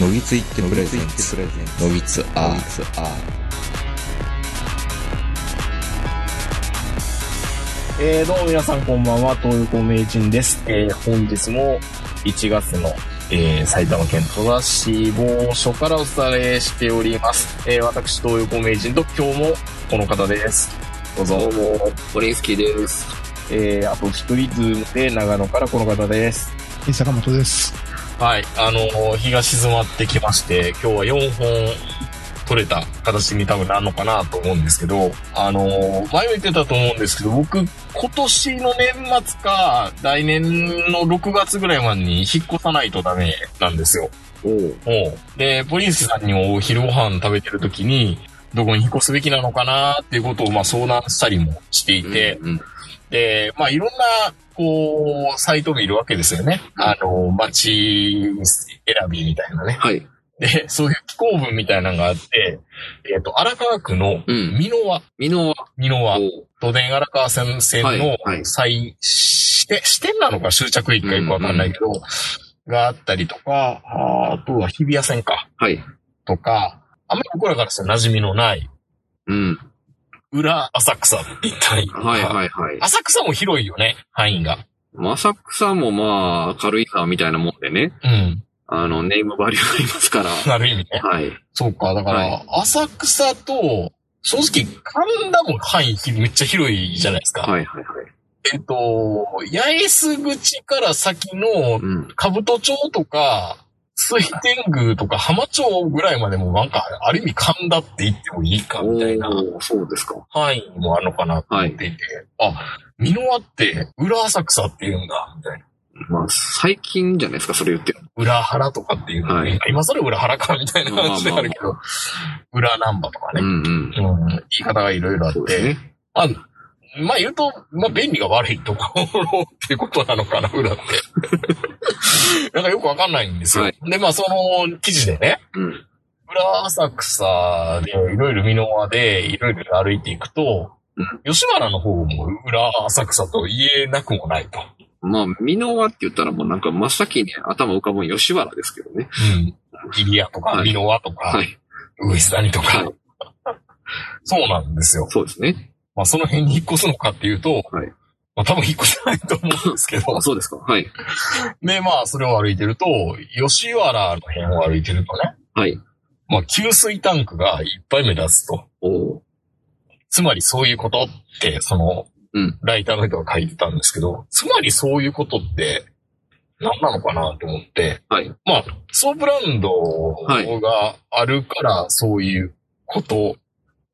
のぎついってプレゼンツプレゼンのぎつアーツアーえー、どうも皆さんこんばんは、東横名人です。えー、本日も1月の、えー、埼玉県戸田市某所からお伝えしております。えー、私、東横名人と今日もこの方です。どうぞどう。も、ポリンスキーです。えー、あと一人ズームで長野からこの方です。え坂本です。はい、あの、日が沈まってきまして、今日は4本取れた形に多分なるのかなと思うんですけど、あの、前も言ってたと思うんですけど、僕、今年の年末か、来年の6月ぐらいまでに引っ越さないとダメなんですよ。おうおうで、ポリンスさんにもお昼ご飯食べてる時に、どこに引っ越すべきなのかなっていうことを、まあ相談したりもしていて、うんで、まあ、いろんな、こう、サイトがいるわけですよね。あの、街選びみたいなね。はい。で、そういう気候文みたいなのがあって、えっ、と、荒川区のうん。美濃和、美濃は、美濃和お、う都電荒川線線はのいはい最、して、支店なのか終着駅かよくわかんないけど、があったりとか、ああとは日比谷線か、はい。とか、あんまり僕らからしたら馴染みのない、うん。裏浅草って言ったりとかはいはいはい。浅草も広いよね、範囲が。まさくさもまあ、軽井沢みたいなもんでね、うん。あの、ネームバリューあります から。ある意味ね。はい。そうか、だから、はい浅草と、正直、神田も範囲めっちゃ広いじゃないですか。はいはいはい。えっと、八重洲口から先のうん。兜町とか、水天宮とか浜町ぐらいまでもなんか、ある意味神田って言ってもいいかみたいなおーそうですか。範囲もあるのかなと思っていて、あ、美濃和って裏浅草って言うんだ、みたいな。まあ、最近じゃないですか、それ言って。裏原とかっていうのね、はい今更裏原かみたいな話であるけど、裏難波とかうね、んうん。うん、言い方がいろいろあってそう、ですね。まあ、まあ言うと、まあ便利が悪いところっていうことなのかな、裏って。 なんかよくわかんないんですよ。はいで、まあその記事でね、うん。裏浅草でいろいろ美濃和でいろいろ歩いていくと、うん吉原の方も裏浅草と言えなくもないと。まあ、美濃はって言ったらもうなんか真っ先に頭浮かぶの吉原ですけどね。うん。入谷とかはい美濃和とか、はい。上下谷とか、はいそうなんですよ。そうですね。まあその辺に引っ越すのかっていうと、はいまあ多分引っ越せないと思うんですけど、あ、そうですか。はい。で、まあ、それを歩いてると、吉原の辺を歩いてるとね、はい。まあ、給水タンクがいっぱい目立つと。おーつまりそういうことって、その、うんライターの人が書いてたんですけど、つまりそういうことって、何なのかなと思って、はい。まあ、ソーブランドがあるからそういうこと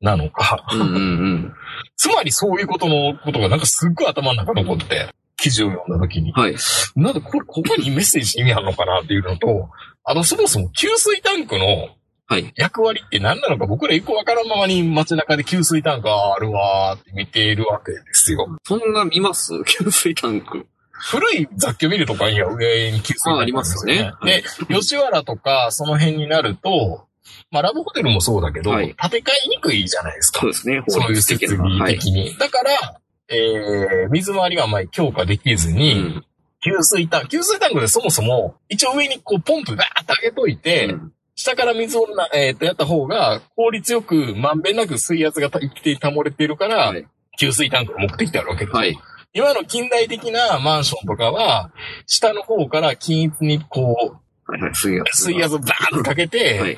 なのか、うんうんうん。つまりそういうことのことがなんかすっごい頭の中残って、記事を読んだ時に、はい。なんでこれ、ここにメッセージ意味あるのかなっていうのと、あの、そもそも給水タンクのはい。役割って何なのか僕ら一個わからんままに街中で給水タンクあるわーって見ているわけですよ。そんな見ます 給水タンク。古い雑居ビルとかには上に給水タンクあありますよねあるんですよね。で、吉原とかその辺になると、まあラブホテルもそうだけど、はい建て替えにくいじゃないですかそう。ですね。そういう設備はい。的に。だから、えー、水回りがあまり強化できずうに、ん。給水タンク、給水タンクでそもそも、一応上にこうポンプガーッと上げといて、うん下から水をな、えーっとやった方が効率よくまんべんなく水圧が一定に保れているから、はい給水タンクの目的であるわけです。はい。今の近代的なマンションとかは、下の方から均一にこはいはい。水う、圧。水圧をバーッとかけて、はい。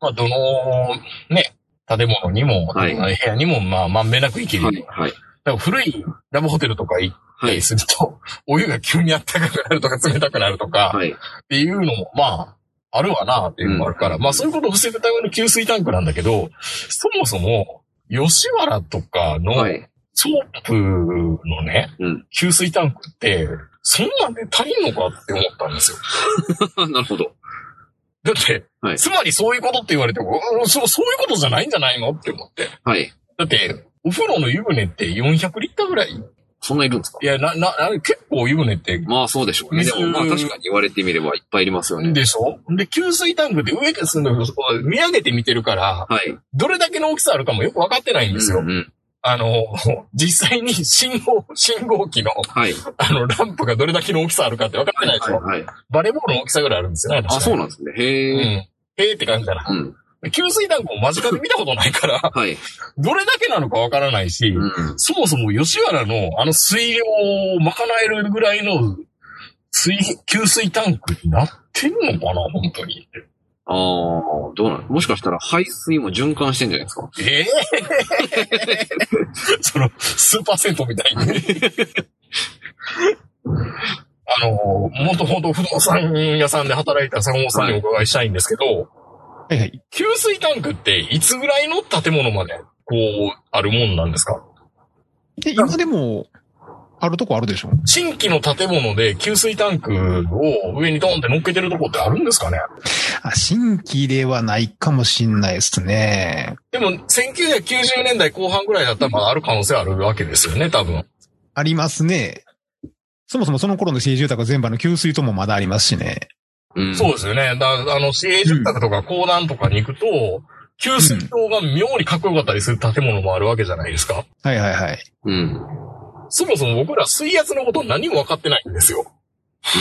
まあ、どの、ね、建物にも、はいどの部屋にも、まあ、まんべんなくいける。はい。はい。だから古いラブホテルとか行っはたいり。すると、 お湯が急にあったかくなるとか冷たくなるとか、はい。っていうのも、まあ、あるわな、っていうのもあるから、うんまあそういうことを防ぐための給水タンクなんだけど、そもそも、吉原とかのはい。ソープのね、うん給水タンクって、そんなんで足りんのかって思ったんですよ。 なるほど。だって、はいつまりそういうことって言われても、うんそそういうことじゃないんじゃないのって思って。はい。だって、お風呂の湯船って400リッターぐらいいそんないるんですかや、な、な、な結構湯船ってまあそうでしょうね。で水もまあ確かに言われてみればいっぱいいりますよね。でしょで、給水タンクって上からするのを見上げて見てるから、はい。どれだけの大きさあるかもよく分かってないんですよ。うんうん。あの、 実際に信号、信号機の、はい。あの、ランプがどれだけの大きさあるかって分からないでしょ。はい。バレーボールの大きさぐらいあるんですよね、あ、そうなんですね。うへえ。ん。えーって感じだな。うん。給水団子を間近で見たことないから、 はい。どれだけなのか分からないし、うん。そもそも吉原のあの水量を賄えるぐらいの水、給水タンクになってんのかな、本当に。ああ、どうなんもしかしたら排水も循環してんじゃないですか。ええ その、スーパー銭湯みたいに。 あの、もともと不動産屋さんで働いた坂本さんにお伺いしたいんですけど、はいはい。給水タンクっていつぐらいの建物まで、こう、あるもんなんですかで、今でも、あるとこあるでしょ新規の建物で給水タンクを上にドンって乗っけてるとこってあるんですかねあ、新規ではないかもしんないですね。でも、1990年代後半ぐらいだったらまだある可能性あるわけですよね、多分。ありますね。そもそもその頃の市営住宅は全部あの給水塔もまだありますしね。うん。そうですよね。だあの、市営住宅とか公団とかに行くと、給水塔が妙にかっこよかったりする建物もあるわけじゃないですか。はいはいはい。うん。うん。そもそも僕ら水圧のこと何も分かってないんですよ。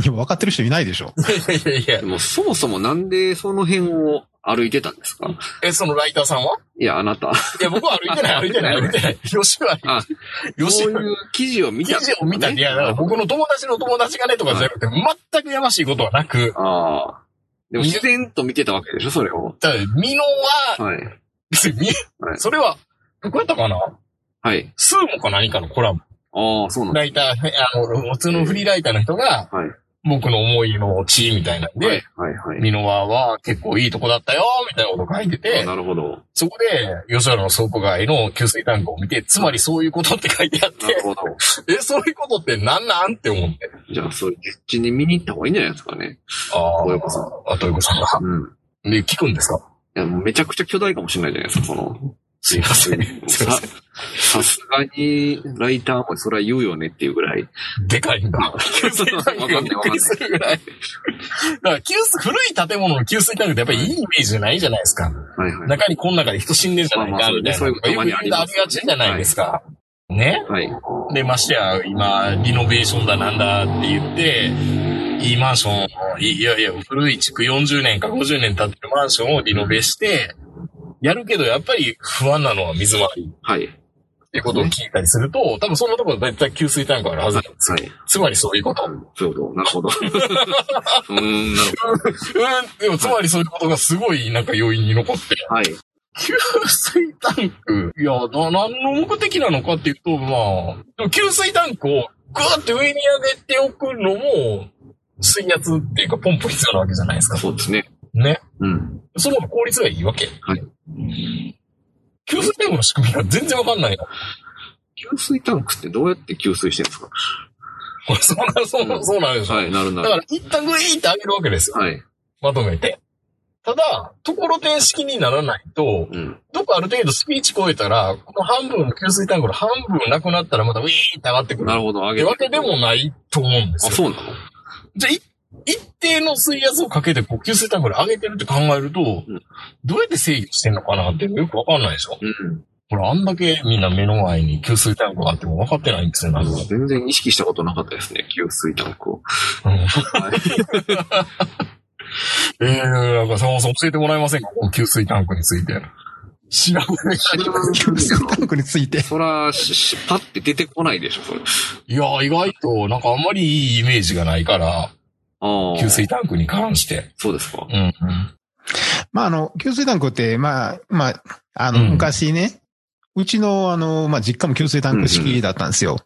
いや、分かってる人いないでし ょ。いやいやいやで。も、そもそもなんでその辺を歩いてたんですかえ、そのライターさんはいや、あなた。いや、僕は歩いて ない、歩いてない、歩いてない。吉原あ、吉そう原いう記事を見た記んです事ね、を見たり、いや、だから僕の友達の友達がねとかじゃなくて、全くやましいことはなく、ああ。でも自然と見てたわけでしょ、それを。ただ、美濃は、はい。別に、はいそれは、どこやったかなはい。スーモか何かのコラム。ああ、そうなんだ。ライター、あの、普通のフリーライターの人が、はい。僕の思いの地みたいなはんでい、、はい、はい。美濃はは結構いいとこだったよ、みたいなこと書いてあて、なるほど。そこで、吉原の倉庫街の給水タンクを見て、つまりそういうことって書いてあっなるて、ほど。 え、そういうことってなんなんって思って。じゃあ、そういう実地に見に行った方がいいんじゃないですかね。あ小山さん。あ、とよこさんが。うん。いで、聞くんですかや、もうめちゃくちゃ巨大かもしれないじゃないですか、この。すいません。すいま させん。、さすがに、ライターもそれは言うよねっていうぐらい。でか いんだ。給水タン クがびっくりするぐらい。だから、給水、古い建物の給水タンクってやっぱりいいイメージじゃないじゃないですか。はいはい。中にこん中で人死んでんじゃないまあまあか、そうみたいな。そういうことたまによあく言りうとますありがちじゃないですか。ね。はい。で、ましてや、今、リノベーションだなんだって言って、いいマンションを、いいやいや、古い築40年か50年経ってるマンションをリノベして、やるけど、やっぱり不安なのは水回り。はい。っていうことを聞いたりすると、多分そんなところだいたい給水タンクあるはずなんですよ。はい。つまりそういうこと。うそういうこと。なるほど。 うーん、なるほん、でもつまりそういうことがすごいなんか要因に残って。ど。はい。給水タンクいや、な、何の目的なのかっていうと、まあ、でも給水タンクをぐーって上に上げておくのも、水圧っていうかポンプ必要なわけじゃないですか。そうですね。ね。うん。その方が効率がいいわけ。はい。給水タンクの仕組みが全然わかんないな。給水タンクってどうやって給水してるんですかこれそうなん、そうなん、そうなんでしょ。はい、なるなだかる。ら、一旦グイーって上げるわけですよ。はい。まとめて。ただ、ところてん式にならないと、うん。どこある程度スピーチ超えたら、この半分の給水タンクの半分なくなったらまたウィーンって上がってくるなっるほど。上てげわけでもないと思うんであ、すよ。そうなのじゃあ、い一定の水圧をかけてこう給水タンクで上げてるって考えると、うんどうやって制御してんのかなってよくわかんないでしょ。うん。これあんだけみんな目の前に給水タンクがあっても分かってないんですよ、なんか。全然意識したことなかったですね、給水タンクを。うんは い。えー、なんか、坂本さん教えてもらえませんかこの給水タンクについて。知らない。給水タンクについて。そら、ししパって出てこないでしょ、それ。いやー、意外と、なんかあんまりいいイメージがないから、ああ。給。水タンクに関して。そうですか。うん。まあ、あの、給水タンクって、まあ、まあ、あの、うん昔ね、うちの、あの、まあ、実家も給水タンク式だったんですよ。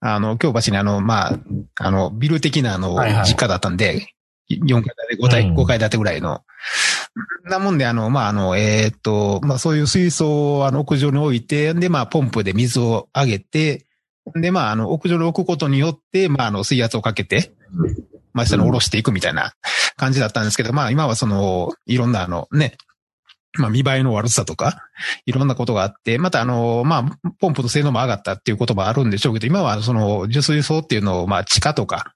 あの、京橋にあの、まあ、あの、ビル的なあの、はいはい実家だったんで、4階建て、5階、うん5階建てぐらいの。なもんで、あの、まあ、あの、えーっと、まあ、そういう水槽をあの屋上に置いて、で、まあ、ポンプで水を上げて、で、まあ、あの、屋上に置くことによって、まあ、あの、水圧をかけて、まあ、下に下ろしていくみたいな感じだったんですけど、まあ、今はその、いろんなあの、ね、まあ、見栄えの悪さとか、いろんなことがあって、またあの、まあ、ポンプの性能も上がったっていうこともあるんでしょうけど、今はその、受水槽っていうのを、まあ、地下とか、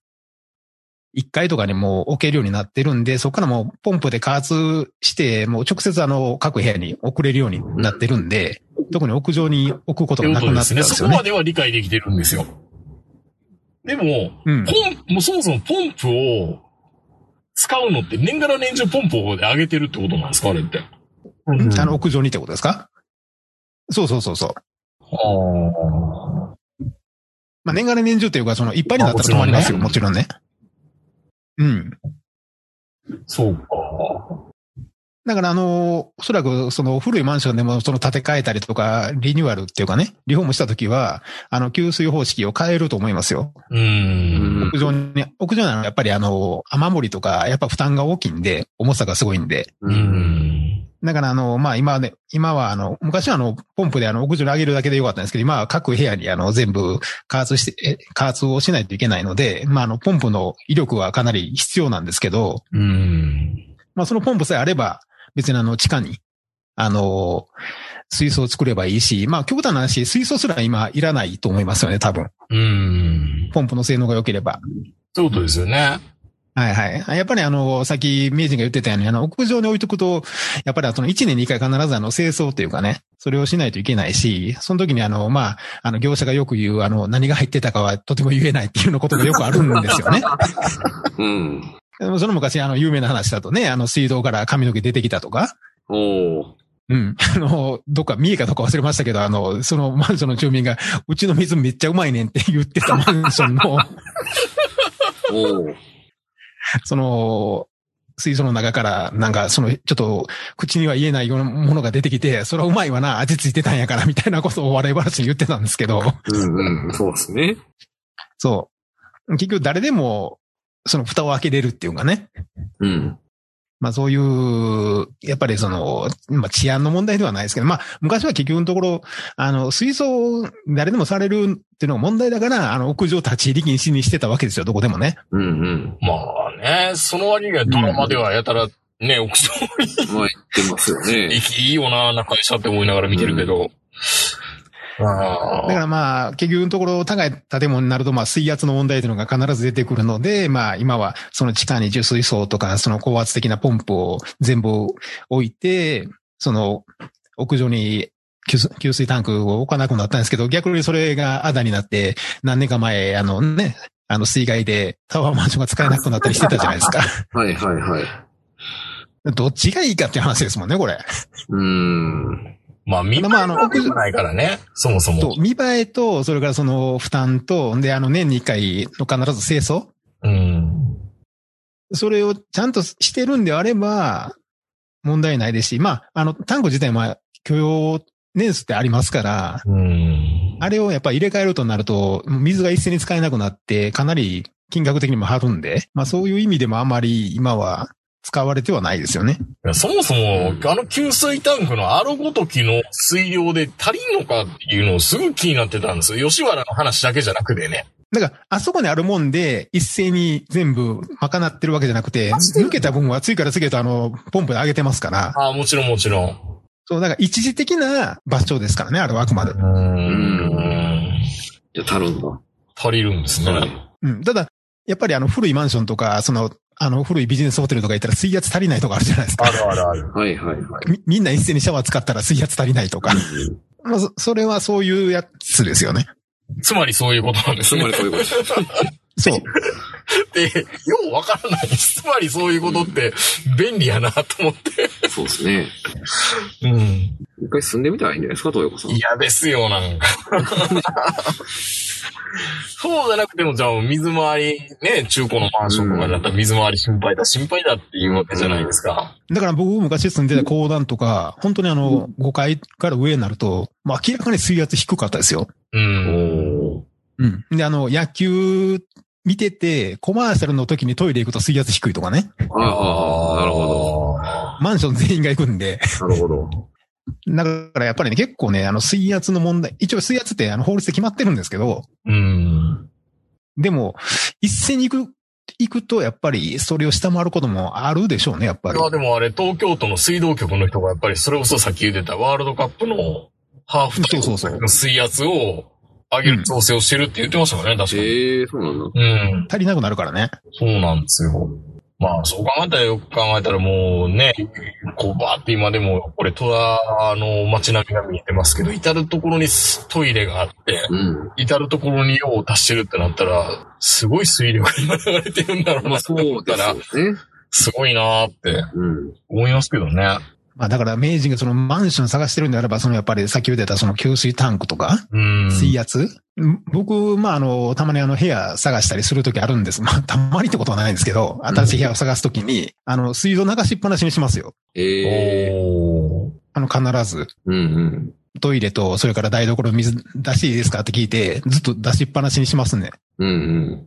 1階とかにもう置けるようになってるんで、そこからもうポンプで加圧して、もう直接あの、各部屋に送れるようになってるんで、特に屋上に置くことというがなこくとでなったすんでね。すそよこねま。では理解できてるんですよ。でも、うん。ポンもうそもそもポンプを使うのって年がら年中ポンプを上げてるってことなんですかあれって。あの、屋上にってことですかそうそうそうそう。あまあ、年がら年中というか、その、いっぱいになったら止まりますよ、もちろんね。うん。あ、そうか。だから、あの、おそらく、その、古いマンションでも、その、建て替えたりとか、リニューアルっていうかね、リフォームしたときは、あの、給水方式を変えると思いますよ。うーん。屋上に、屋上なのはやっぱり、あの、雨漏りとか、やっぱ負担が大きいんで、重さがすごいんで。うーん。だから、あの、まあ、今はね、今は、あの、昔は、あの、ポンプで、あの、屋上に上げるだけでよかったんですけど、今は各部屋に、あの、全部、加圧して、え加圧をしないといけないので、まあ、あの、ポンプの威力はかなり必要なんですけど、うーん。まあ、そのポンプさえあれば、別にあの、地下に、あの、水槽を作ればいいし、まあ、極端な話、水槽すら今いらないと思いますよね、多分。うーん。ポンプの性能が良ければ。そういうことですよね。はいはい。やっぱりあの、さっき名人が言ってたように、あの、屋上に置いとくと、やっぱりあの、1年に1回必ずあの、清掃というかね、それをしないといけないし、その時にあの、まあ、あの、業者がよく言う、あの、何が入ってたかはとても言えないっていうようなことがよくあるんですよね。うん。でもその昔、あの、有名な話だとね、あの、水道から髪の毛出てきたとか、おー。うん。あの、どっか、三重かどっか忘れましたけど、あの、そのマンションの住民が、うちの水めっちゃうまいねんって言ってたマンションの、おー。その、水槽の中から、なんか、その、ちょっと、口には言えないようなものが出てきて、それはうまいわな、味ついてたんやから、みたいなことを笑い話に言ってたんですけど、うんうん。そうですね。そう。結局、誰でも、その、蓋を開けれるっていうかね。うん。まあそういう、やっぱりその、まあ治安の問題ではないですけど、まあ昔は結局のところ、あの、水槽を誰でもされるっていうのが問題だから、あの、屋上立ち入り禁止にしてたわけですよ、どこでもね。うんうん。まあね、その割にはドラマではやたら、ね、屋上まあ言ってますよね。行きいいよな、な会社って思いながら見てるけど。あだからまあ、結局のところ、高い建物になると、まあ水圧の問題というのが必ず出てくるので、まあ今はその地下に受水槽とか、その高圧的なポンプを全部置いて、その、屋上に給水給水タンクを置かなくなったんですけど、逆にそれがあだになって、何年か前、あのね、あの水害でタワーマンションが使えなくなったりしてたじゃない ですか。はいはいはい。どっちがいいかっていう話ですもんね、これ。うん。まあ、見まああののわけじゃないからね、そもそも。と、見栄えと、それからその負担と、で、あの年に1回の必ず清掃うん。それをちゃんとしてるんであれば、問題ないですし、まあ、あの、タンク自体も許容年数ってありますから、うん。あれをやっぱ入れ替えるとなると、水が一斉に使えなくなって、かなり金額的にも張るんで、まあそういう意味でもあまり今は使われてはないですよね。いやそもそも、あの給水タンクのあろごときの水量で足りんのかっていうのをすぐ気になってたんですよ。吉原の話だけじゃなくてね。だから、あそこにあるもんで、一斉に全部賄ってるわけじゃなくて、抜けた分は次から次へとあの、ポンプで上げてますから、ああ、もちろんもちろん。そう、だから一時的な場所ですからね、あれはあくまでう。ん。じゃ、足るんだ。足りるんですね。はうん。ただ、やっぱりあの古いマンションとか、その、あの古いビジネスホテルとか行ったら水圧足りないとかあるじゃないですあか。るあるある。はいはいはい。みみんな一斉にシャワー使ったら水圧足りないとか。まあ、そそれはそういうやつですよね。つまりそういうことなんですつねま。りそういうことです。そう。で、ようわからない。つまりそういうことって便利やなと思って。そうですね。うん。一回住んでみたらいいんじゃないですか、東横さん。嫌ですよ、なんか。そうじゃなくても、じゃあ、水回り、ね、中古のマンションとかだったら水回り心配だ、心配だっていうわけじゃないですか。だから僕昔住んでた高段とか、本当にあの、5階から上になると、まあ明らかに水圧低かったですよ。うん。おーうん。で、あの、野球見てて、コマーシャルの時にトイレ行くと水圧低いとかね。ああ、なるほマンション全員が行くんで。ど。なるほど。だからやっぱりね、結構ね、あの、水圧の問題、一応水圧ってあの法律で決まってるんですけど、うん。でも、一斉に行く、行くと、やっぱり、それを下回ることもあるでしょうね、やっこぱれり。はでもあれ、東京都の水道局の人がやっぱり、それこそさっき言ってたワールドカップのハーフタイそうそうそうムの水圧を上げる調整をしてるって言ってましたからね、確かに。ええそうなんだ。うん。足りなくなるからね。そうなんですよ。まあ、そう考えたらよく考えたらもうね、こうバーって今でも、これ戸田の街並みが見えてますけど、至るところにトイレがあって、うん。至るところに用を足してるってなったら、すごい水量が今流れてるんだろうまなあとそ思っうでたら、すよね。すごいなーってうん。思いますけどね。まあだから明治がそのマンション探してるんであれば、そのやっぱりさっき言ってたその給水タンクとか、うん。水圧、僕、まああの、たまにあの部屋探したりするときあるんです。まあ たまにってことはないんですけど、新しい部屋を探すときに、あの、水道流しっぱなしにしますよ。ええおーあの、必ず。うんうん。トイレと、それから台所水出していいですかって聞いて、ずっと出しっぱなしにしますね。うんうん。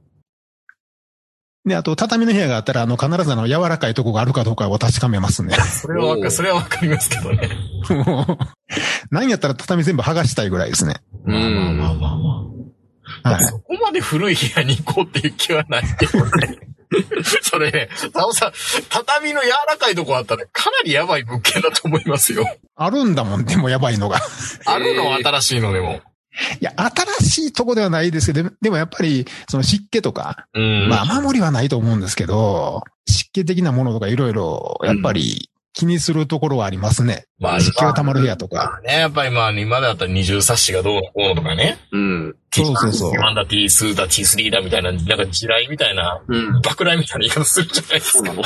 で、あと、畳の部屋があったら、あの、必ずあの、柔らかいとこがあるかどうかを確かめます ね。それはわおーか、それはわかりますけどね。もう何やったら畳全部剥がしたいぐらいですね。うんまあまあまあまあまあ。はい。そこまで古い部屋に行こうっていう気はないけどね。それね、タオさん、畳の柔らかいとこあったらかなりやばい物件だと思いますよ。あるんだもん、でもやばいのが。あるのは新しいのでも。いや、新しいとこではないですけど、でもやっぱり、その湿気とか、うんまあ、雨漏りはないと思うんですけど、湿気的なものとかいろいろ、やっぱり気にするところはありますね。まあ湿気が溜まる部屋とか。まあね、やっぱりまあ、今だったら二重冊子がどうのこうのとかね。うん。そうそうそう T1 だ、T2 だ、T3 だみたいな、なんか地雷みたいな、うん。爆雷みたいな言い方するじゃないですそうか な。の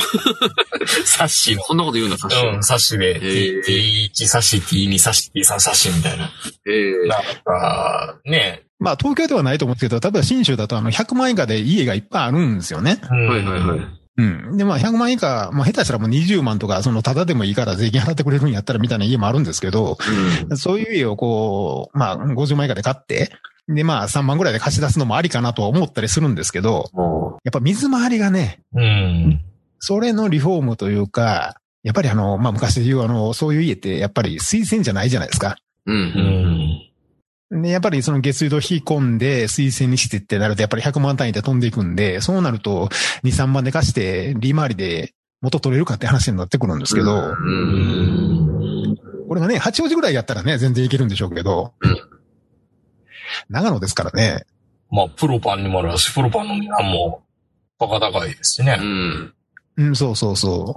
冊子の。そんなこと言うんだ、確かうん、冊子で、へ T1 冊子、T2 冊子、T3 冊子みたいな。ええなんか、ね。まあ、東京ではないと思うんですけど、例えば新州だとあの、100万以下で家がいっぱいあるんですよね。うんはいはいはい。うん。で、まあ、100万以下、まあ、下手したらもう20万とか、その、ただでもいいから税金払ってくれるんやったらみたいな家もあるんですけど、そういう家をこう、まあ、50万以下で買って、で、まあ、3万ぐらいで貸し出すのもありかなとは思ったりするんですけど、うん。もやっぱ水回りがね、うん。それのリフォームというか、やっぱりあの、まあ、昔で言うあの、そういう家って、やっぱり水洗じゃないじゃないですか。う。うんう。ん。で、やっぱりその下水道引き込んで水洗にしてってなると、やっぱり100万単位で飛んでいくんで、そうなると、2、3万で貸して、利回りで元取れるかって話になってくるんですけど、うん。これがね、八王子ぐらいやったらね、全然いけるんでしょうけど、うん長野ですからね。まあ、プロパンにもあるし、プロパンの値段も、バカ高いですしねう。ん。うん、そうそうそ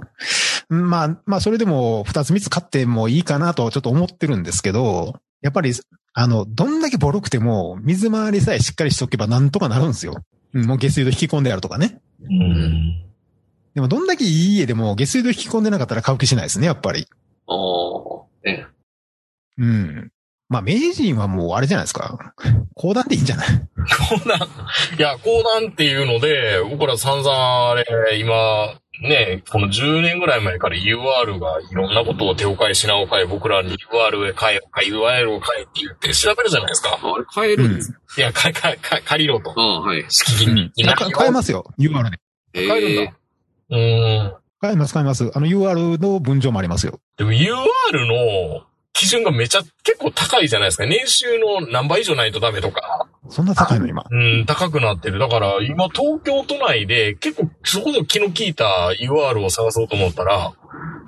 う。うんまあ、まあ、それでも、二つ三つ買ってもいいかなと、ちょっと思ってるんですけど、やっぱり、あの、どんだけボロくても、水回りさえしっかりしとけばなんとかなるんですよ。うんもう下水道引き込んであるとかね。うん。でも、どんだけいい家でも、下水道引き込んでなかったら買う気しないですね、やっぱり。ああ。えうん。まあ、名人はもう、あれじゃないですか。高段でいいんじゃない講談、いや、講談っていうので、僕ら散々あれ、今、ね、この10年ぐらい前から UR がいろんなことを手を変え品を変え、僕らに UR へ変え、UR を変えって言って調べるじゃないですか。あれ、変えるんですかいや、変え、変え、変え借りろと。ああ、はい。敷金に。か買えますよ。UR で。え変えるんだ。うん。買えます、買えます。あの UR の文章もありますよ。でも UR の基準がめちゃ結構高いじゃないですか。年収の何倍以上ないとダメとか。そんな高いの、今。うん、高くなってる。だから今東京都内で結構そこで気の利いた UR を探そうと思ったら、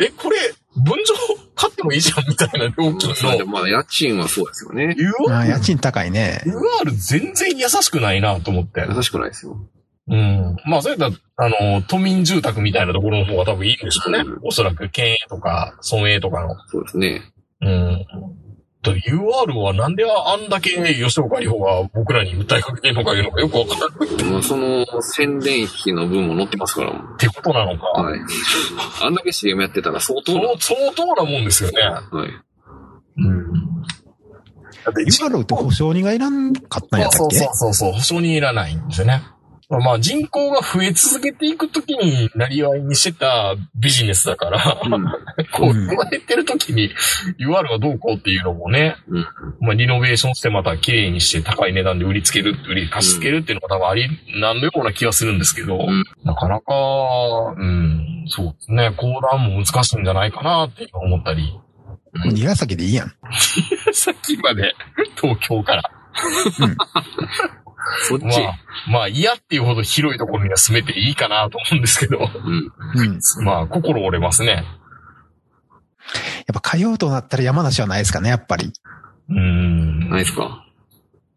え、これ、分譲買ってもいいじゃんみたいな料金そうでの。もまあ、家賃はそうですよね。ああ、家 UR、賃高いね。 UR 全然優しくないなと思って。優しくないですよ。うん。まあ、そういったら、あの、都民住宅みたいなところの方が多分いいんでしょうねうん。おそらく、県営とか、村営とかの。そうですね。うん。と UR はなんであんだけ吉岡里帆が僕らに訴えかけてるのかいうのがよくわからないまあ、その、宣伝費の分も乗ってますから。ってことなのか。はい。あんだけ CM やってたら相当そな。の相当なもんですよね。はい。うん。だって、 UR って保証人がいらんかったんやったそっうけそうそうそう、保証人いらないんですよね。まあ人口が増え続けていくときになりわいにしてたビジネスだから、こううん言われてるときに UR がどうこうっていうのもね、うんまあリノベーションしてまた綺麗にして高い値段で売りつける、売り貸し付けるっていうのが多分あり、なんのような気がするんですけど、んなかなか、うん、そうですね、講談も難しいんじゃないかなって思ったり、もう苦崎でいいやん。 さっきまで東京からそっち。まあ、まあ嫌っていうほど広いところには住めていいかなと思うんですけど、うん。うん。やまあ心折れますね。っぱ通うとなったら山梨はないですかね、やっぱり。うーん。ないですか。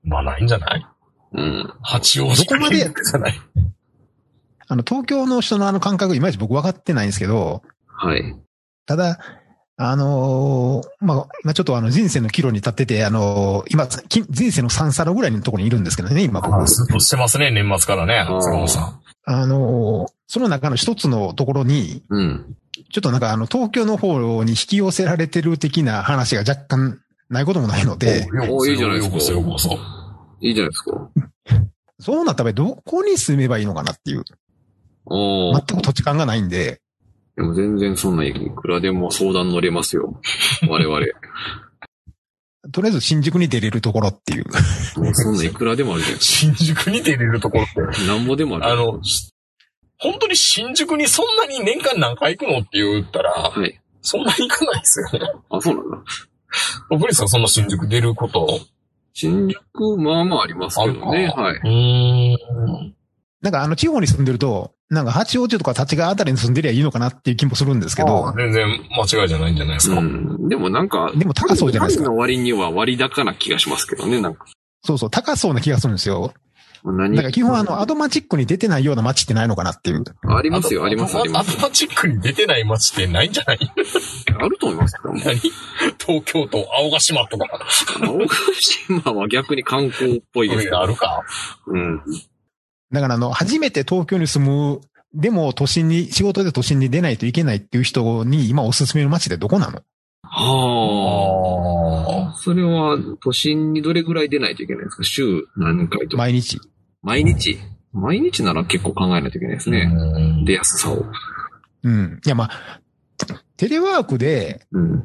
まあないんじゃないうん。八王子どこまでじゃない。あの、東京の人のあの感覚、いまいち僕分かってないんですけど、はい。ただ、あのーまあ、今ちょっとあの人生の岐路に立ってて、あのー今、き人生の三皿ぐらいのところにいるんですけどね、今僕。あスッとしてますね、年末からね、うん坂本さん。あのーその中の一つのところに、うん。ちょっとなんかあの、東京の方に引き寄せられてる的な話が若干ないこともないので、おおいいじゃないですかようこそ、ようこそ。いいじゃないですか。そうなった場合どこに住めばいいのかなっていう、お全ー。く土地勘がないんで、でも全然そんないくらでも相談乗れますよ。我 々。とりあえず新宿に出れるところっていう。もうそんないくらでもあるじゃないです新宿に出れるところって。か。なんぼでもある。あの、し本当に新宿にそんなに年間何回行くのって言ったら、はい。そんなに行かないですよね。あ、そうなんだ。僕にさんそんな新宿出ること。新宿、まあまあありますけどね。あるかはい。うーん。なんかあの地方に住んでると、なんか八王子とか立川あたりに住んでりゃいいのかなっていう気もするんですけど、全然間違いじゃないんじゃないですか。うん。でもなんか、でも高そうじゃないですパかリ。の割には割高な気がしますけどね、なんか。そうそう、高そうな気がするんですよ。何だから基本あの、アドマチックに出てないような街ってないのかなっていう。ありますよ、あります、ありまアすド。マチックに出てない街ってないんじゃない あると思いますけども。何東京都、青ヶ島とか。青ヶ島は逆に観光っぽいです けどあるか。うん。だからあの、初めて東京に住む、でも都心に、仕事で都心に出ないといけないっていう人に今おすすめの街ってどこなのはあ。あそれは、都心にどれぐらい出ないといけないんですか週何回とか。毎日。毎日毎日なら結構考えないといけないですあ。ね。うん出やすさを。うん。いやまあ、テレワークで、うん。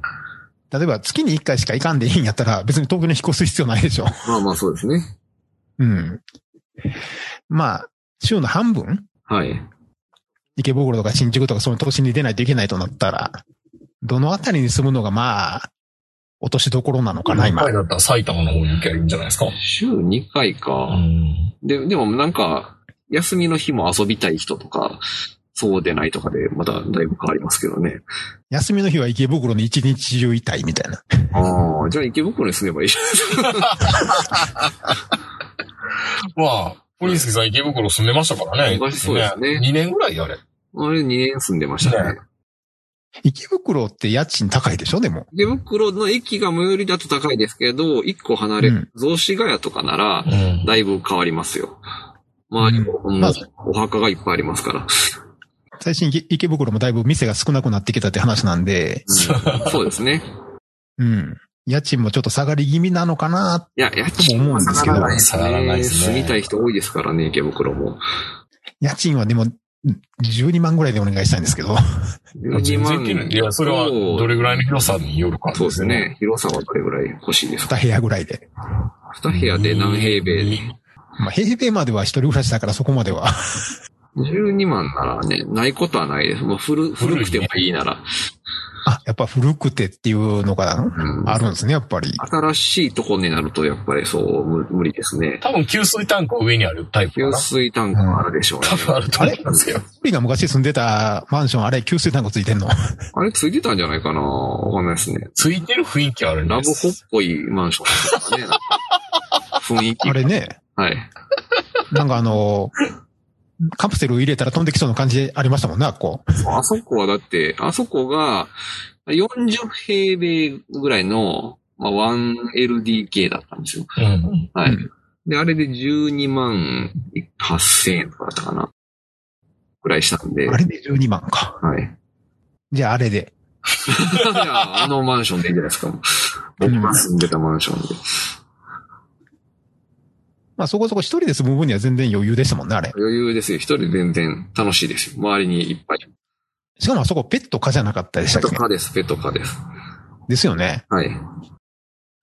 例えば月に1回しか行かんでいいんやったら別に東京に引っ越す必要ないでしょ。まあまあそうですね。うん。まあ、週の半分はい。池袋とか新宿とかその都心に出ないといけないとなったら、どのあたりに住むのがまあ、落としどころなのかな、今前。だったら埼玉の方に行きゃいいんじゃないですか。週2回うか。ん。で、でもなんか、休みの日も遊びたい人とか、そうでないとかで、まただいぶ変わりますけどね。休みの日は池袋に一日中いたいみたいな。ああ、じゃあ池袋に住めばいいじゃまあ、ポリンスキーさん池袋住んでましたからね。昔そうですね2年ぐらいあないでれ。すか。あれ2年住ん でましたね。池袋って家賃高いでしょ、でも。池袋の駅が最寄りだと高いですけど、1個離れうん、雑司ヶ谷とかなら、うん。だいぶ変わりますよ。周りも、うんもまうあお墓がいっぱいありますから。最近池池袋もだいぶ店が少なくなってきたって話なんで、うんそうですね。うん。家賃もちょっと下がり気味なのかな いや、家賃は下がらないですとも思うんね。ですけど住みたい人多いですからね、池袋も。家賃はでも、12万ぐらいでお願いしたいんですけど。 全12然万行ける。いや、それはどれぐらいの広さによるか。そうです。ね。広さはどれぐらい欲しいですか2部屋ぐらいで。二部屋で何平米まあ、平米までは一人暮らしだからそこまでは。 ?12 万ならね、ないことはないです。まあ、古、古い古ねくてもいいなら。あ、やっぱ古くてっていうのがうんあるんですね、やっぱり。新しいとこになると、やっぱりそう、む無理ですね。多分給水タンクは上にあるタイプか給な。水タンクもあるでしょうね。多分あると思うんですけど。俺が昔住んでたマンション、あれ、給水タンクついてんの。 あれついてたんじゃないかなわかんないですね。ついてる雰囲気あるんラでブすホっぽいマンションです からね。なんか雰囲気。あれね、はい。なんかあの、カプセル入れたら飛んできそうな感じありましたもんね、あっこう。あそこはだって、あそこが40平米ぐらいの、まあ、1LDK だったんですよ。うん。はい。うんで、あれで12万8000円とかだったかな。ぐらいしたんで。あれで12万か。はい。 じゃああれで。じゃあ、あのマンションでいいじゃないですか。僕が住んでたマンションで。まあそこそこ一人で住む分には全然余裕でしたもんね、あれ。余裕ですよ。一人で全然楽しいですよ。周りにいっぱい。しかもあそこペット可じゃなかったでしペたットっけカです、ペットカです。ですよね。はい。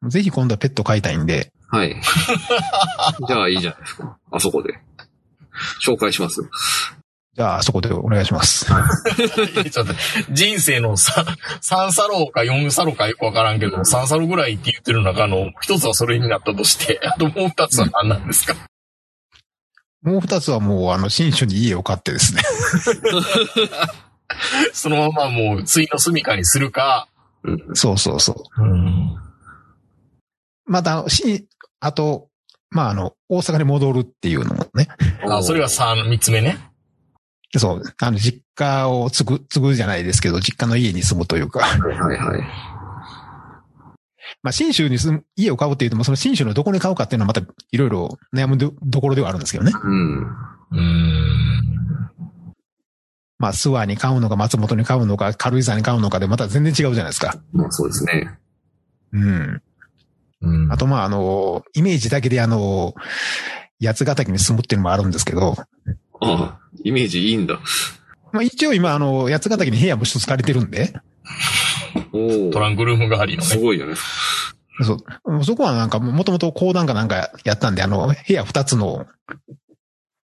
ぜひ今度はペット飼いたいんで。はい。 じゃあいいじゃないですか。あそこで。紹介しますよ。じゃああそこでお願いしま す。ちょっと、人生のさ3サロか4サロかよくわからんけど、3サロぐらいって言ってる中の、一つはそれになったとして、 あともう二つは何なんですかもう二つはもうあの、新種に家を買ってですね。そのままもう、ついの住処にするか。うん。そうそうそう。うん。また、し、あと、まあ、あの、大阪に戻るっていうのもね、あ、それが三、三つ目ね。そう、あの、実家を継ぐ、継ぐじゃないですけど、実家の家に住むというか、 はいはいはい。まあ、新州に住む、家を買うって言っても、その新州のどこに買うかっていうのはまたいろいろ悩むどどころではあるんですけどね。うん。うーん。まあ、諏訪に買うのか、松本に買うのか、軽井沢に買うのかでまた全然違うじゃないですか。まあそうですね。うん。うんあと、まあ、あの、イメージだけで、あの、八ヶ岳に住むっていうのもあるんですけど、ああ、イメージいいんだ。まあ、一応今、あの、八ヶ岳に部屋も一つ借りてるんで、おおト。ランクルーム代わりのすね。ごいよね。そう。そこはなんか、もともと講談かなんかやったんで、あの、部屋二つの、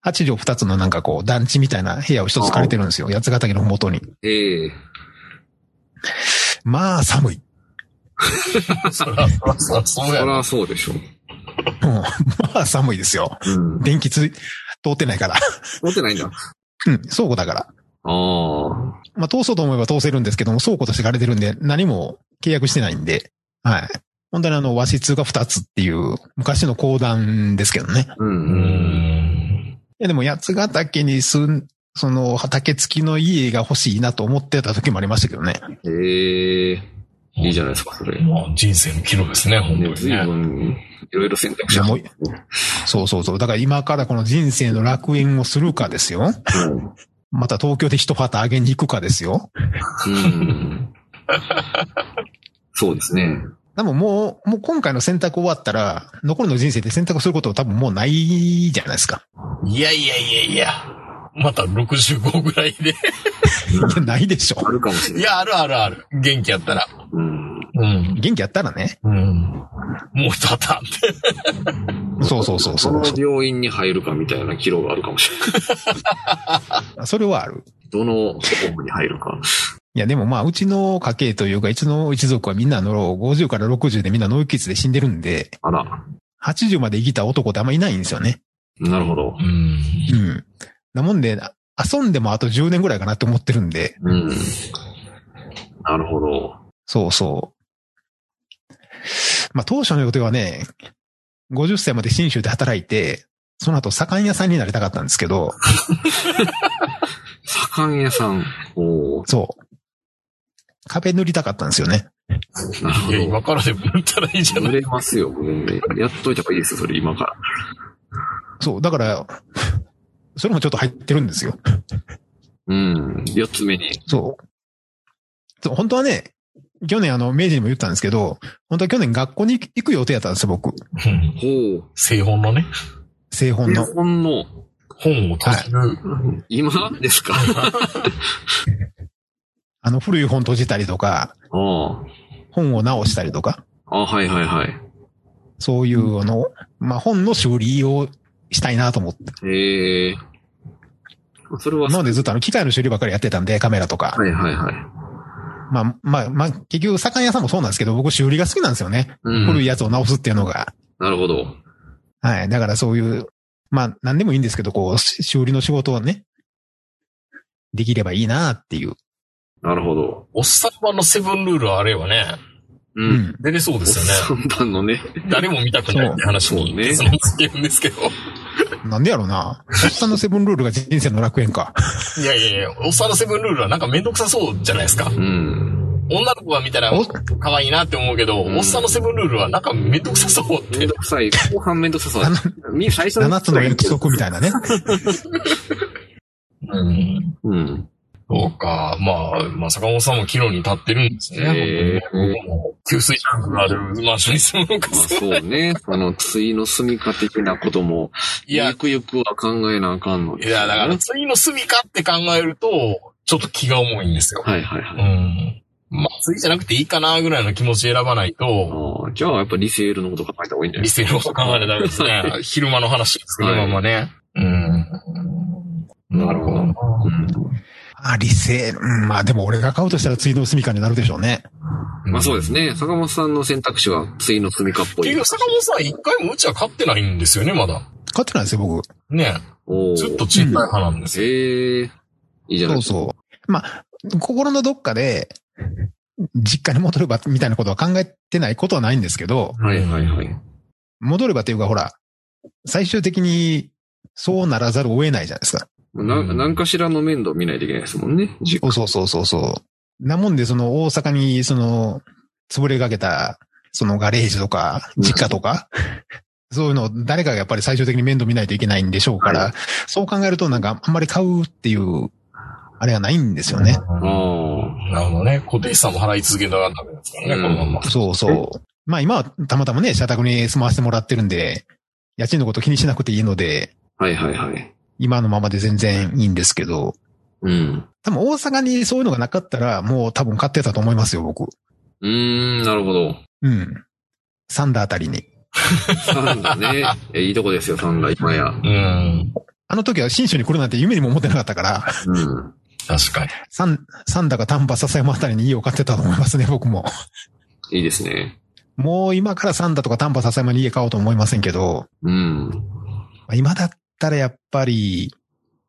八畳二つのなんかこう、団地みたいな部屋を一つ借りてるんですよ。八ヶ岳の麓に。ええまあ、寒い。 そら、そら、そら、そうやそろ。らそうでしょ。うんまあ、寒いですよ。うん。電気つい、通ってないから。 持ってないんだ。うん、倉庫だから。ああ。まあ、通そうと思えば通せるんですけども、倉庫として借りてるんで、何も契約してないんで、はい。本当にあの、和室が二つっていう、昔の講談ですけどね。ううんーうん。ん。いやでも、八ヶ岳に住ん、その、畑付きの家が欲しいなと思ってた時もありましたけどね。ええいいじゃないですか、それ。ね、まあ、人生の岐路ですね、本当に随ね。分、いろいろ選択い肢やがもうそうそうそう。だから今からこの人生の楽園をするかですうよ。んまた東京で一旗あげに行くかですよ。うん。そうですね。でももう、もう今回の選択終わったら、残りの人生で選択することは多分もうないじゃないですか。いやいやいやいや。また65ぐらい で。いや ないでしょあ。るかもしれないい。や、あるあるある。元気やったら。うん。うん。元気やったらね。うん。もう立たんって。そうそうそうどそのうそ病院に入るかみたいな岐路があるかもしれない。う。それはある。どのホームに入るか。いや、でもまあ、うちの家系というか、うちの一族はみんなの50から60でみんな脳気質で死んでるんで、あら。 80まで生きた男ってあんまいないんですよね。なるほど。うん。うん。なもんで、遊んでもあと10年ぐらいかなって思ってるんで、うん。なるほど。そうそう。まあ、当初の予定はね、50歳まで新州で働いて、その後、左官屋さんになりたかったんですけど、左官屋さん。おお。そう。壁塗りたかったんですよね。なるほいや、ど。今からでも言ったらいいじゃな売れい。ますよ、全然。やっといた方がいいですよ、それ今から。そう。だから、それもちょっと入ってるんですよ。うん。四つ目に。そう。そう、本当はね、去年あの、明治にも言ったんですけど、本当は去年学校に行く予定やったんですよ、僕。うんほう。製本のね、製本日の。本の、本を閉じる。今です かあの、古い本閉じたりとか、あ本を直したりとか、あ。あはいはいはい。そういうの、まあ、本の修理をしたいなと思って。ええそれは、今までずっとあの、機械の修理ばっかりやってたんで、カメラとか。はいはいはい。まあ、まあ、まあ、結局、酒屋さんもそうなんですけど、僕修理が好きなんですよね。うん。古いやつを直すっていうのが。なるほど。はい。だからそういう、まあ、何でもいいんですけど、こう、し修理の仕事はね、できればいいなっていう。なるほど。おっさん版のセブンルールあればね、う。うんん。出れそうですよね。三番のね。誰も見たくないって話そうにね結論つけるんですけど。なんでやろうな。おっさんのセブンルールが人生の楽園か。いやいやいや、おっさんのセブンルールはなんかめんどくさそうじゃないですか。うん。女の子が見たらお可愛いなって思うけど、うんおっさんのセブンルールはなんかめんどくさそうっめんて。どくさい。後半めんどくさそうだあの。み最初7つの約束みたいなね。うん。うん。そうか。まあ、まあ、坂本さんも岐路に立ってるんですね。ええ僕も給水タンクがあるマンションに住むのかまあそうね。 その、対の住みか的なことも、いやゆ、くゆくは考えなあかんのいや、だから、次の住みかって考えると、ちょっと気が重いんですよ。はいはいうはい。ん。まあ、次じゃなくていいかなぐらいの気持ち選ばないと、ああじゃあ、やっぱリセールのこと考えた方がいいんじゃな理い性のこと考えないとダメです ね。昼間の話ですけど、はいまあまあね。うん。なるほどな。。あ、理性。うん、まあでも俺が買うとしたら次の住みかになるでしょうね。まあそうですすね。坂本さんの選択肢は、対の住みかっぽ結い局、。坂本さん一回もうちは勝ってないんですよね、まだ。買ってないですよ、僕。ね。おーずっと賃貸派なんですよ。ええいいじゃないうそですか。そう。まあ、心のどっかで、実家に戻ればみたいなことは考えてないことはないんですけど、はいはいはい。戻ればというか、ほら、最終的にそうならざるを得ないじゃないですか。な何かしらの面倒見ないといけないですもんね。じそうそうそうそうそう。なもんで、その大阪に、その、潰れかけた、そのガレージとか、うん実家とか、そういうのを誰かがやっぱり最終的に面倒見ないといけないんでしょうから、そう考えるとなんかあんまり買うっていう、あれがないんですよね。ああ。なるほどね。固定資産も払い続けながらダメなんですからね、うんこのまま。そうそう。まあ今はたまたまね、社宅に住まわせてもらってるんで、家賃のこと気にしなくていいので、はいはいはい。今のままで全然いいんですけど、うん。多分大阪にそういうのがなかったら、もう多分買ってたと思いますよ、僕。うーん、なるほど。うん。サンダーあたりに。サンダね。 えいいとこですよ、サンダ、今や。うん。あの時は新州に来るなんて夢にも思ってなかったから、 うん。確かに。サン、サンダか丹波笹山あたりに家を買ってたと思いますね、僕も。 いいですね。もう今からサンダとか丹波笹山に家買おうと思いませんけど、うん。まあ今だったらやっぱり、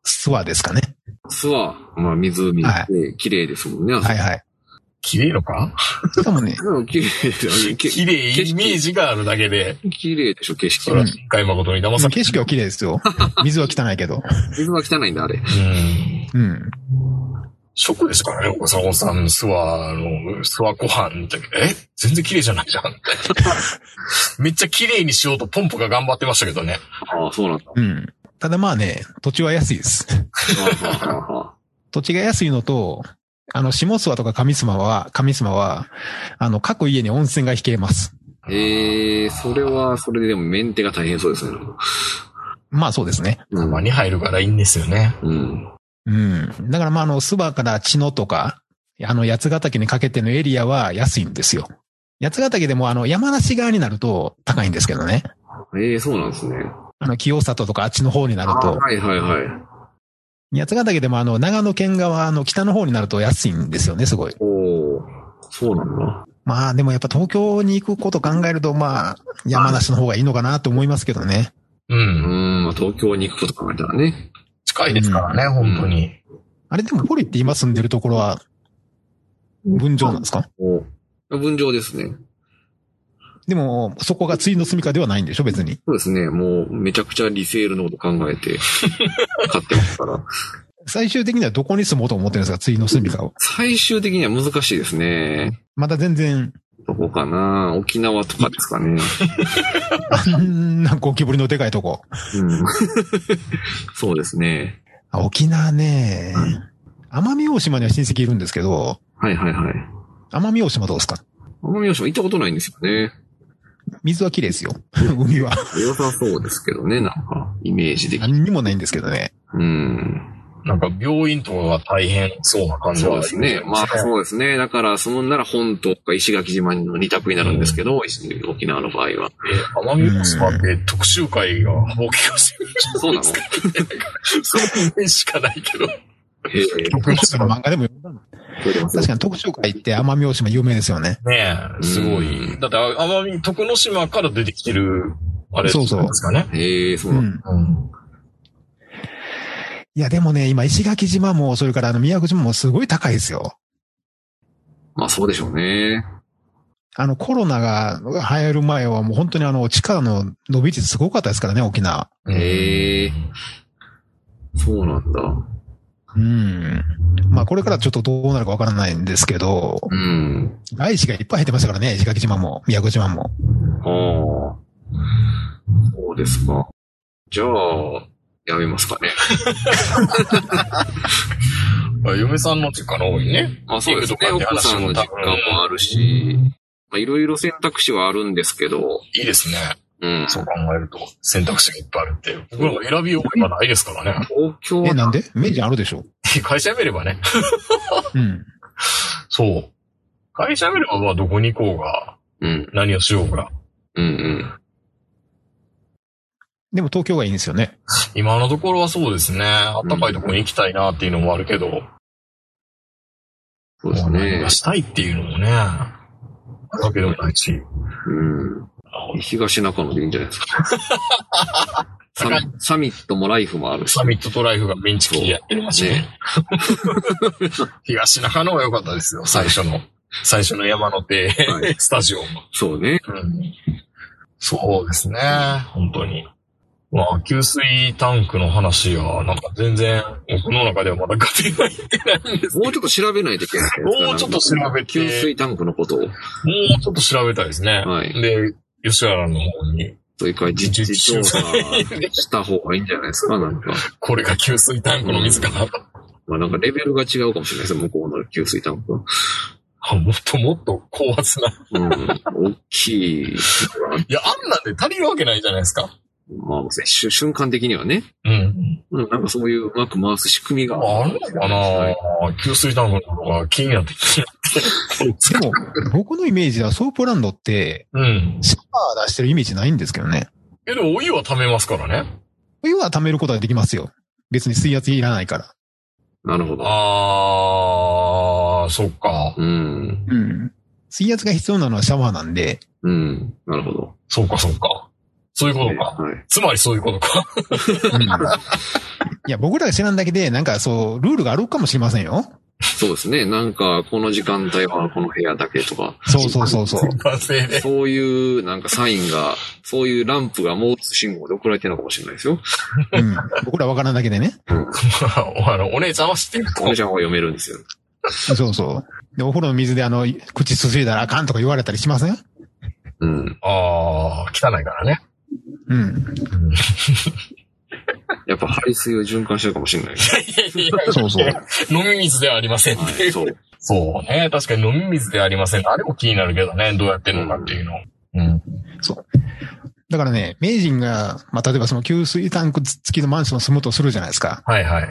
スワですかね。巣は、まあ、湖では綺麗ですもんね。はいはい。綺麗のかしかも ね、うん綺麗だよ。け綺麗イメージがあるだけで、綺麗でしょ、景色そ。ら、深海誠に騙され景色は綺麗ですよ。水は汚いけど。水は汚いんだ、あれ。うん。うん。ショックでしたからね、お子さん、お子さん、諏訪の、諏訪湖畔だけど、え全然綺麗じゃないじゃん。みたいなめっちゃ綺麗にしようとポンポが頑張ってましたけどね。ああ、そう なんだ。うん。ただまあね、土地は安いです。はあはあはあ土地が安いのと、あの、下諏訪とか上諏訪は、上諏訪は、あの、各家に温泉が引けます。ええそれは、それででもメンテが大変そうですね。まあそうですね。うたまん。に入るからいいんですよね。うん。うん。だからまあ、あの、スバから知野とか、あの、八ヶ岳にかけてのエリアは安いんですよ。八ヶ岳でもあの、山梨側になると高いんですけどね。ええそうなんですね。あの、清里とかあっちの方になるあと、はいはいはい。八ヶ岳でもあの、長野県側の北の方になると安いんですよね、すごい。おおそうなんだ。まあ、でもやっぱ東京に行くこと考えると、まあ、山梨の方がいいのかなと思いますけどね。う。うんん、まあ、東京に行くこと考えたらね。近いですからね、ん本当に。あれでも、ポリって今住んでるところは、分譲なんですかお分譲ですね。でも、そこがついの住みかではないんでしょ、別に。そうですね。もう、めちゃくちゃリセールのこと考え て、買ってますから。最終的にはどこに住もうと思ってるんですか、ついの住みかを。最終的には難しいですね。まだ全然、どこかな沖縄とかですかね。あんなゴキブリのでかいとこ。うん。 そうですね。あ沖縄ね、奄美大島には親戚いるんですけど、はいはいはい。奄美大島どうですか奄美大島行ったことないんですよね。水は綺麗ですよ。 海は。良さそうですけどね、なんか、イメージ的に。何にもないんですけどね。うん。なんか病院とかが大変そうな感じそうはですね。まあそうですね。だから、そのなら本島か石垣島の二択になるんですけど、沖縄の場合は。え奄美大島って特集会が放棄をしてるそうなのそのイメージしかないけど。へえ、僕その漫画でも読んだの出てますよ確かに特集会って奄美大島有名ですよね。ねえ、すごうい。んだって、奄美、徳之島から出てきてる、あれそうそうですかね。へえ、そううなの、ん。うん。いや、でもね、今、石垣島も、それからあの、宮古島もすごい高いですよ。まあそうでしょうね。あの、コロナが流行る前はもう本当にあの、地価の伸び率すごかったですからね、沖縄。へえ。そうなんだ。うん。まあ、これからちょっとどうなるかわからないんですけど、うん。外資がいっぱい入ってましたからね、石垣島も、宮古島も。ああ。そうですか。じゃあ、やめますかね。あ嫁さんの実家の方にね。まあそうですね。行く奥とかって話さもんの実家もあるし、まあいろいろ選択肢はあるんですけど、いいですね。うん。そう考えると、選択肢がいっぱいあるって。僕らも選びようがないですからね。東 京え、はなんで明治あるでしょ会社辞めればね。うん。そう。会社辞めれば、まあ、どこに行こうが、うん、何をしようが。うん、うん。でも東京がいいんですよね。今のところはそうですね。あったかいところに行きたいなっていうのもあるけど、そうです何ねが。したいっていうのもね、あるわけでもないし。うん。東中野でいいんじゃない ですか。サミサミットもライフもあるしサ。ミットトライフがメンチキーやってるましねね。 東中野は良かったですよ、最初の。最初の山の手、はいスタジオも。そうね。そうですね、本当に。まあ、給水タンクの話は、なんか全然、僕の中ではまだガテ がいってないんですもうちょっと調べないといけないですから。 もうちょっと調べて給水タンクのことを。もうちょっと調べたいですね。はいで、吉原の方に、というか、実地調査した方がいいんじゃないですか、なんか。これが給水タンクの水かな。まあなんかレベルが違うかもしれないです向こうの給水タンクは。あもっともっと高圧な。うん。大きい。いや、あんなんで足りるわけないじゃないですか。まあ、しゅ瞬間的にはね。うん。うんなんかそういううまく回す仕組みが。あるのかな、はい給水タンクのことが気になってきて。でも、 僕のイメージではソープランドって、うん。シャワー出してるイメージないんですけどね。え、でもお湯は溜めますからね。お湯は溜めることはできますよ。別に水圧いらないから。なるほど。あー、そっか。うん。うん。水圧が必要なのはシャワーなんで、うん。なるほど。そうか、そうか。そういうことか。はい。つまりそういうことか。うん、いや、僕らが知らんだけで、なんかそう、ルールがあるかもしれませんよ。そうですね。なんか、この時間帯はこの部屋だけとか、そうそうそうそう。完成で。そういうなんかサインが、そういうランプがモーツ信号で送られてるのかもしれないですよ。うん。僕らわからんだけでね。あの、お姉ちゃんは知ってるとお。姉ちゃんは読めるんですよ。そうそう。で、お風呂の水であの、口すすいだらあかんとか言われたりしませんうん。あー、汚いからね。うん。やっぱ排水を循環してるかもしれない。 そうそう。飲み水ではありませんってはいい、う。そう。そうね。確かに飲み水ではありません。あれも気になるけどね。どうやってんのかっていうの。うん。だからね、名人が、まあ、例えばその給水タンク付きのマンションを住むとするじゃないですか。はいはい。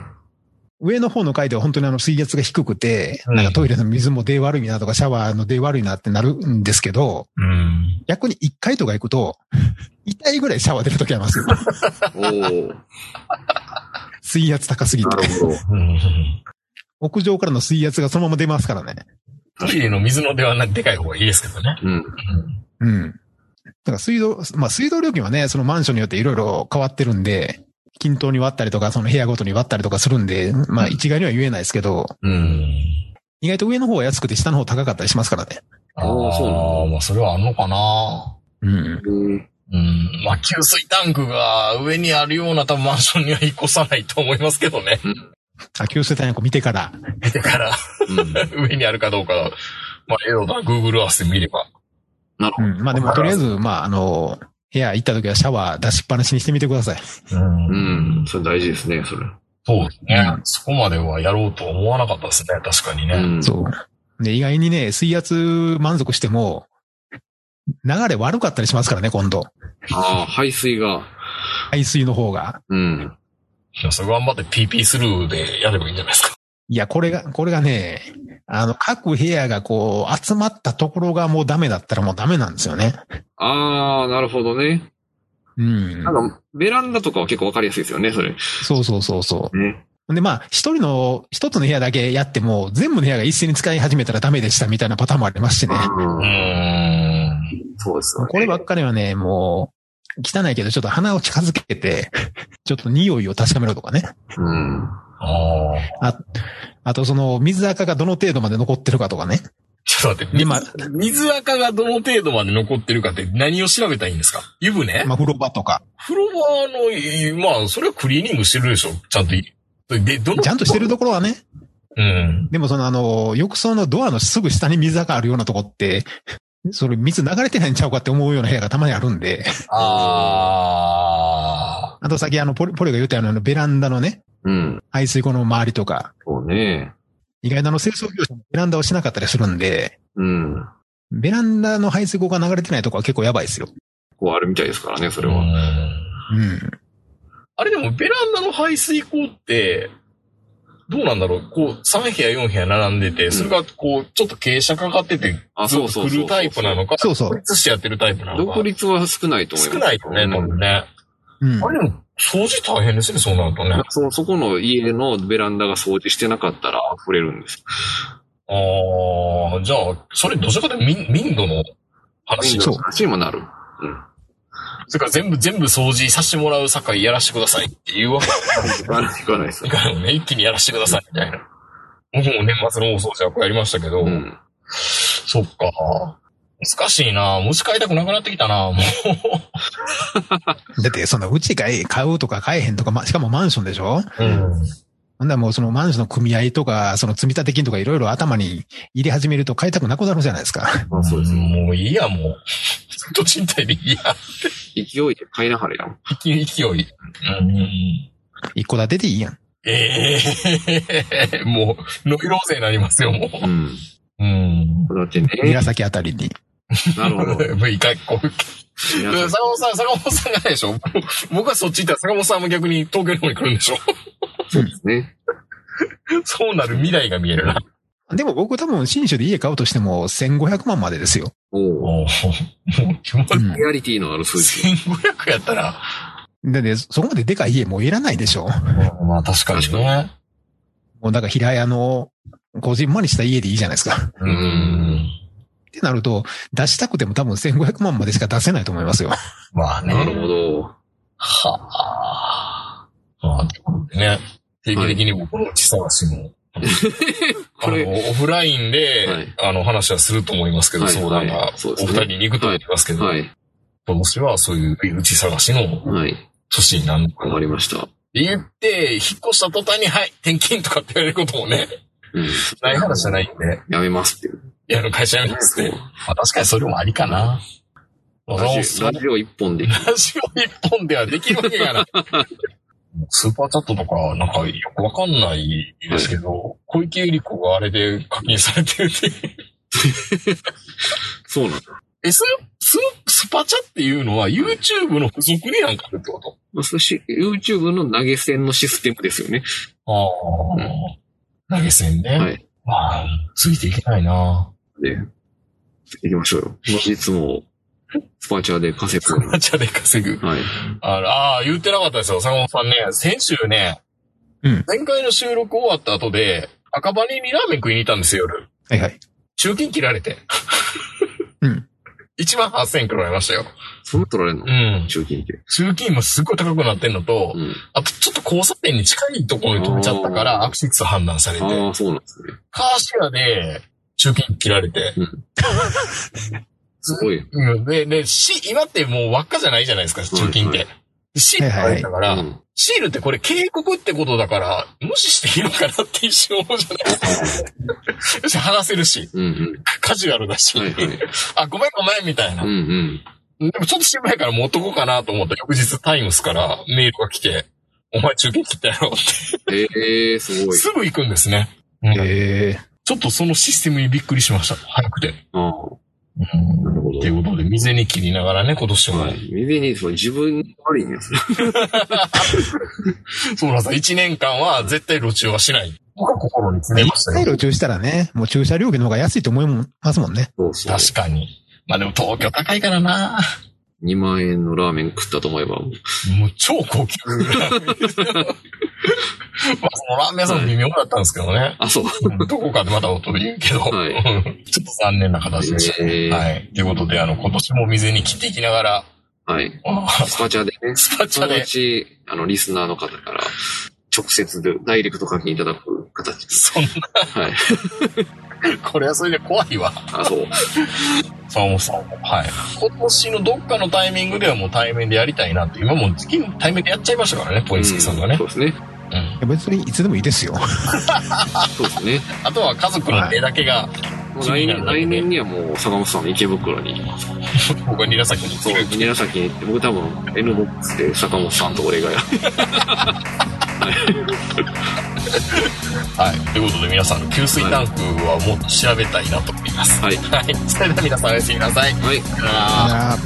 上の方の階では本当にあの水圧が低くて、なんかトイレの水も出悪いなとかシャワーの出悪いなってなるんですけど、うん。逆に1階とか行くと、 痛いぐらいシャワー出るときありま すよ。おー水圧高すぎてな。るほど。うん。屋上からの水圧がそのまま出ますからね。トイレの水の出はなでかい方がいいですけどね。うん。うん。だから水道、まあ水道料金はね、そのマンションによっていろいろ変わってるんで、均等に割ったりとか、その部屋ごとに割ったりとかするんで、まあ一概には言えないですけど、うん。意外と上の方は安くて下の方高かったりしますからね。ああーそうなあ、まあそれはあんのかな。うん。うんうん。まあ、給水タンクが上にあるような多分マンションには引っ越さないと思いますけどね。あ、給水タンク見てから。だから、うん。上にあるかどうかは、まあ、ええよな、Google Earth で見れば。うん。まあでもとりあえず、まああの、部屋行った時はシャワー出しっぱなしにしてみてください。うんうん。それ大事ですね、それ。そうですね、うそこまではやろうと思わなかったですね。確かにね。うん。そう。で、意外にね、水圧満足しても、流れ悪かったりしますからね、今度。ああ、排水が。排水の方が。うん。いやそれ頑張って PP スルーでやればいいんじゃないですか。いや、これが、これがね、あの、各部屋がこう、集まったところがもうダメだったらもうダメなんですよね。ああ、なるほどね。うんな。んか、ベランダとかは結構わかりやすいですよね、それ。そうそうそうそね。う。で、まあ、一人の、一つの部屋だけやっても、全部の部屋が一斉に使い始めたらダメでしたみたいなパターンもありますしね。ううん。ーん。そうですよね。こればっかりはね、もう、汚いけど、ちょっと鼻を近づけて、 ちょっと匂いを確かめろとかね。うん。ああ。ああと、その、水垢がどの程度まで残ってるかとかね。ちょっと待って。で、まあ、水垢がどの程度まで残ってるかって何を調べたらいいんですか湯船、まあ、風呂場とか。風呂場のい、まあ、それはクリーニングしてるでしょちゃんとい。で、どのちゃんとしてるところはね、うん。でもそのあの、浴槽のドアのすぐ下に水垢あるようなとこって、それ水流れてないんちゃうかって思うような部屋がたまにあるんで、ああと先あの、ポリポリが言ったようなあのベランダのね、うん。排水口の周りとか、そうね。意外なあの清掃業者もベランダをしなかったりするんで、うん。ベランダの排水口が流れてないとこは結構やばいですよ。こうあるみたいですからね、そー。れは。うん。あれでもベランダの排水口って、どうなんだろうこう、3部屋、4部屋並んでて、それがこう、ちょっと傾斜かかってて、あずっとそうそうそう来るタイプなのか、そうそう独立してやってるタイプなのか独。立は少ないと思います。少ないよね、多分ね。うんあ。れでも、掃除大変ですね、そうなるとね。うあんそそこの家のベランダが掃除してなかったら溢れるんです。あー、じゃあ、それどちらかというと民民度の話そう話にもなる。それから全部、全部掃除させてもらう境やらせてくださいっていうわけ話がないですにい。かないもんね。一気にやらせてくださいみたいな。僕も年末の大掃除はこうやりましたけど、うん。そっか。難しいな虫飼いたくなくなってきたなもう。だって、そんな、うちが買うとか買えへんとか、ま、しかもマンションでしょうん。ほんならもうそのマンションの組合とか、その積立金とかいろいろ頭に入れ始めると買いたくなくなるじゃないですか。 まあそうですね。もういいや、もう。ずっと賃貸でいいや。勢いで買いなはれやん。勢い、勢い。うんうんうん。一戸建てでいいやん。ええもう、ノイローゼになりますよ、もう。うん。うん。だってね。紫あたりに。なるほど。 もう一回、こう、坂皆さ本さん、坂本さんがないでしょ僕はそっち行ったら坂本さんも逆に東京の方に来るんでしょんね。そうなる未来が見えるな。でも僕多分新州で家買うとしても1500万までですよ。おうおもう、気持ちうんリアリティのある数字。 1500やったら。でね、そこまででかい家もういらないでしょ。まあ確かにね。もうだから平屋の、こじんまりした家でいいじゃないですか。うにん。ってなると、出したくても多分1500万までしか出せないと思いますよ。まあね。なるほど。はあ。まあ、ということでね。定期的に僕の地探しも。これあの、オフラインで、はいあの、話はすると思いますけど、はい相談はがい、そうでおす二ね人に行くと思いますけど、はい。今年はそういううち探しのはい。年になるのわかな。かってりました。言って、引っ越した途端に、はい、転勤とかって言われることもね、うん。ない話じゃないんで、やめますっていう。いや、あの会社辞めますね。まあ、確かにそれもありかな。まあラジそオうラジオ一本で。ラジオ一本ではできるわけがない。スーパーチャットとか、なんかよくわかんないですけど、小池百合子があれで課金されてるって。そうなんだ。え、それ、ススパチャっていうのは YouTube の付属になんかあるってことまあ、そして YouTube の投げ銭のシステムですよね。ああ。投げ銭ね。はい。まあ、ついていけないなで、行きましょうよ。本日も、スパチャで稼ぐ。スパチャで稼ぐ。はい。あのあー、言ってなかったですよ、坂本さんね。先週ね、うん前回の収録終わった後で、赤羽にラーメン食いに行ったんですよ、夜。はいはい。中金切られて。うん。 1万8000円くらいましたよ。そんな取られるのん。中金って。中金もすっごい高くなってんのと、うん。あとちょっと交差点に近いところに止めちゃったから、あーアクセス判断されて、ああ、そうなんですね。カーシェアで中金切られて。すごい。うん。で、で、し、今ってもう輪っかじゃないじゃないですか、中金って。はシールがあるんだから、うんシールってこれ警告ってことだから、無視していいのかなって一瞬思うじゃないです か。よし、話せるし、うんカジュアルだし、うん。はいはい。あ、ごめんごめんみたいなうん。うん。でもちょっと心配から持っとこうかなと思った翌日タイムスからメールが来て、お前中継切ったやろって。ええー、すごい。すぐ行くんですね。えちょっとそのシステムにびっくりしました。早くて。ああ、なるほということで、水に切りながらね、今年ど。も。はい。未然に、その自分に悪いんですね。そうなんです。1年間は絶対路中はしない。僕は心に詰え。めまし一た回よ。路駐したらね、もう駐車料金の方が安いと思いますもんね。そうそう。確かに。まあでも東京高いからな2万円のラーメン食ったと思えば、もう超高 級ラーメン。まあそのラーメン屋さんも微妙だったんですけどね。あ、そう。どこかでまた音言うけど、は ちょっと残念な形でしたね。えーはい。ということで、あの、今年も水に切っていきながら、 はい。あスパチャでね。スパチそャのうで、ち、あの、リスナーの方から、直接で、ダイレクト課金いただく形 です。そんはい。な、これはそれで怖いわ。あ、そう。そう思うそう思うはい。今年のどっかのタイミングではもう対面でやりたいなって、今もう次の対面でやっちゃいましたからね、ポインスキさんがねそ。うですね。うん。別にいつでもいいですよ。そうですね。あとは家族の手だけが、もう来年、来年にはもう、坂本さんの池袋に行きます。僕は紫にそう、宮崎に行って、僕多分、N ボックスで坂本さんと俺がやる。はい。ということで皆さん、給水タンクはもっと調べたいなと思います。はいはい。それでは皆さんおやすみなさい。はい。さよならあー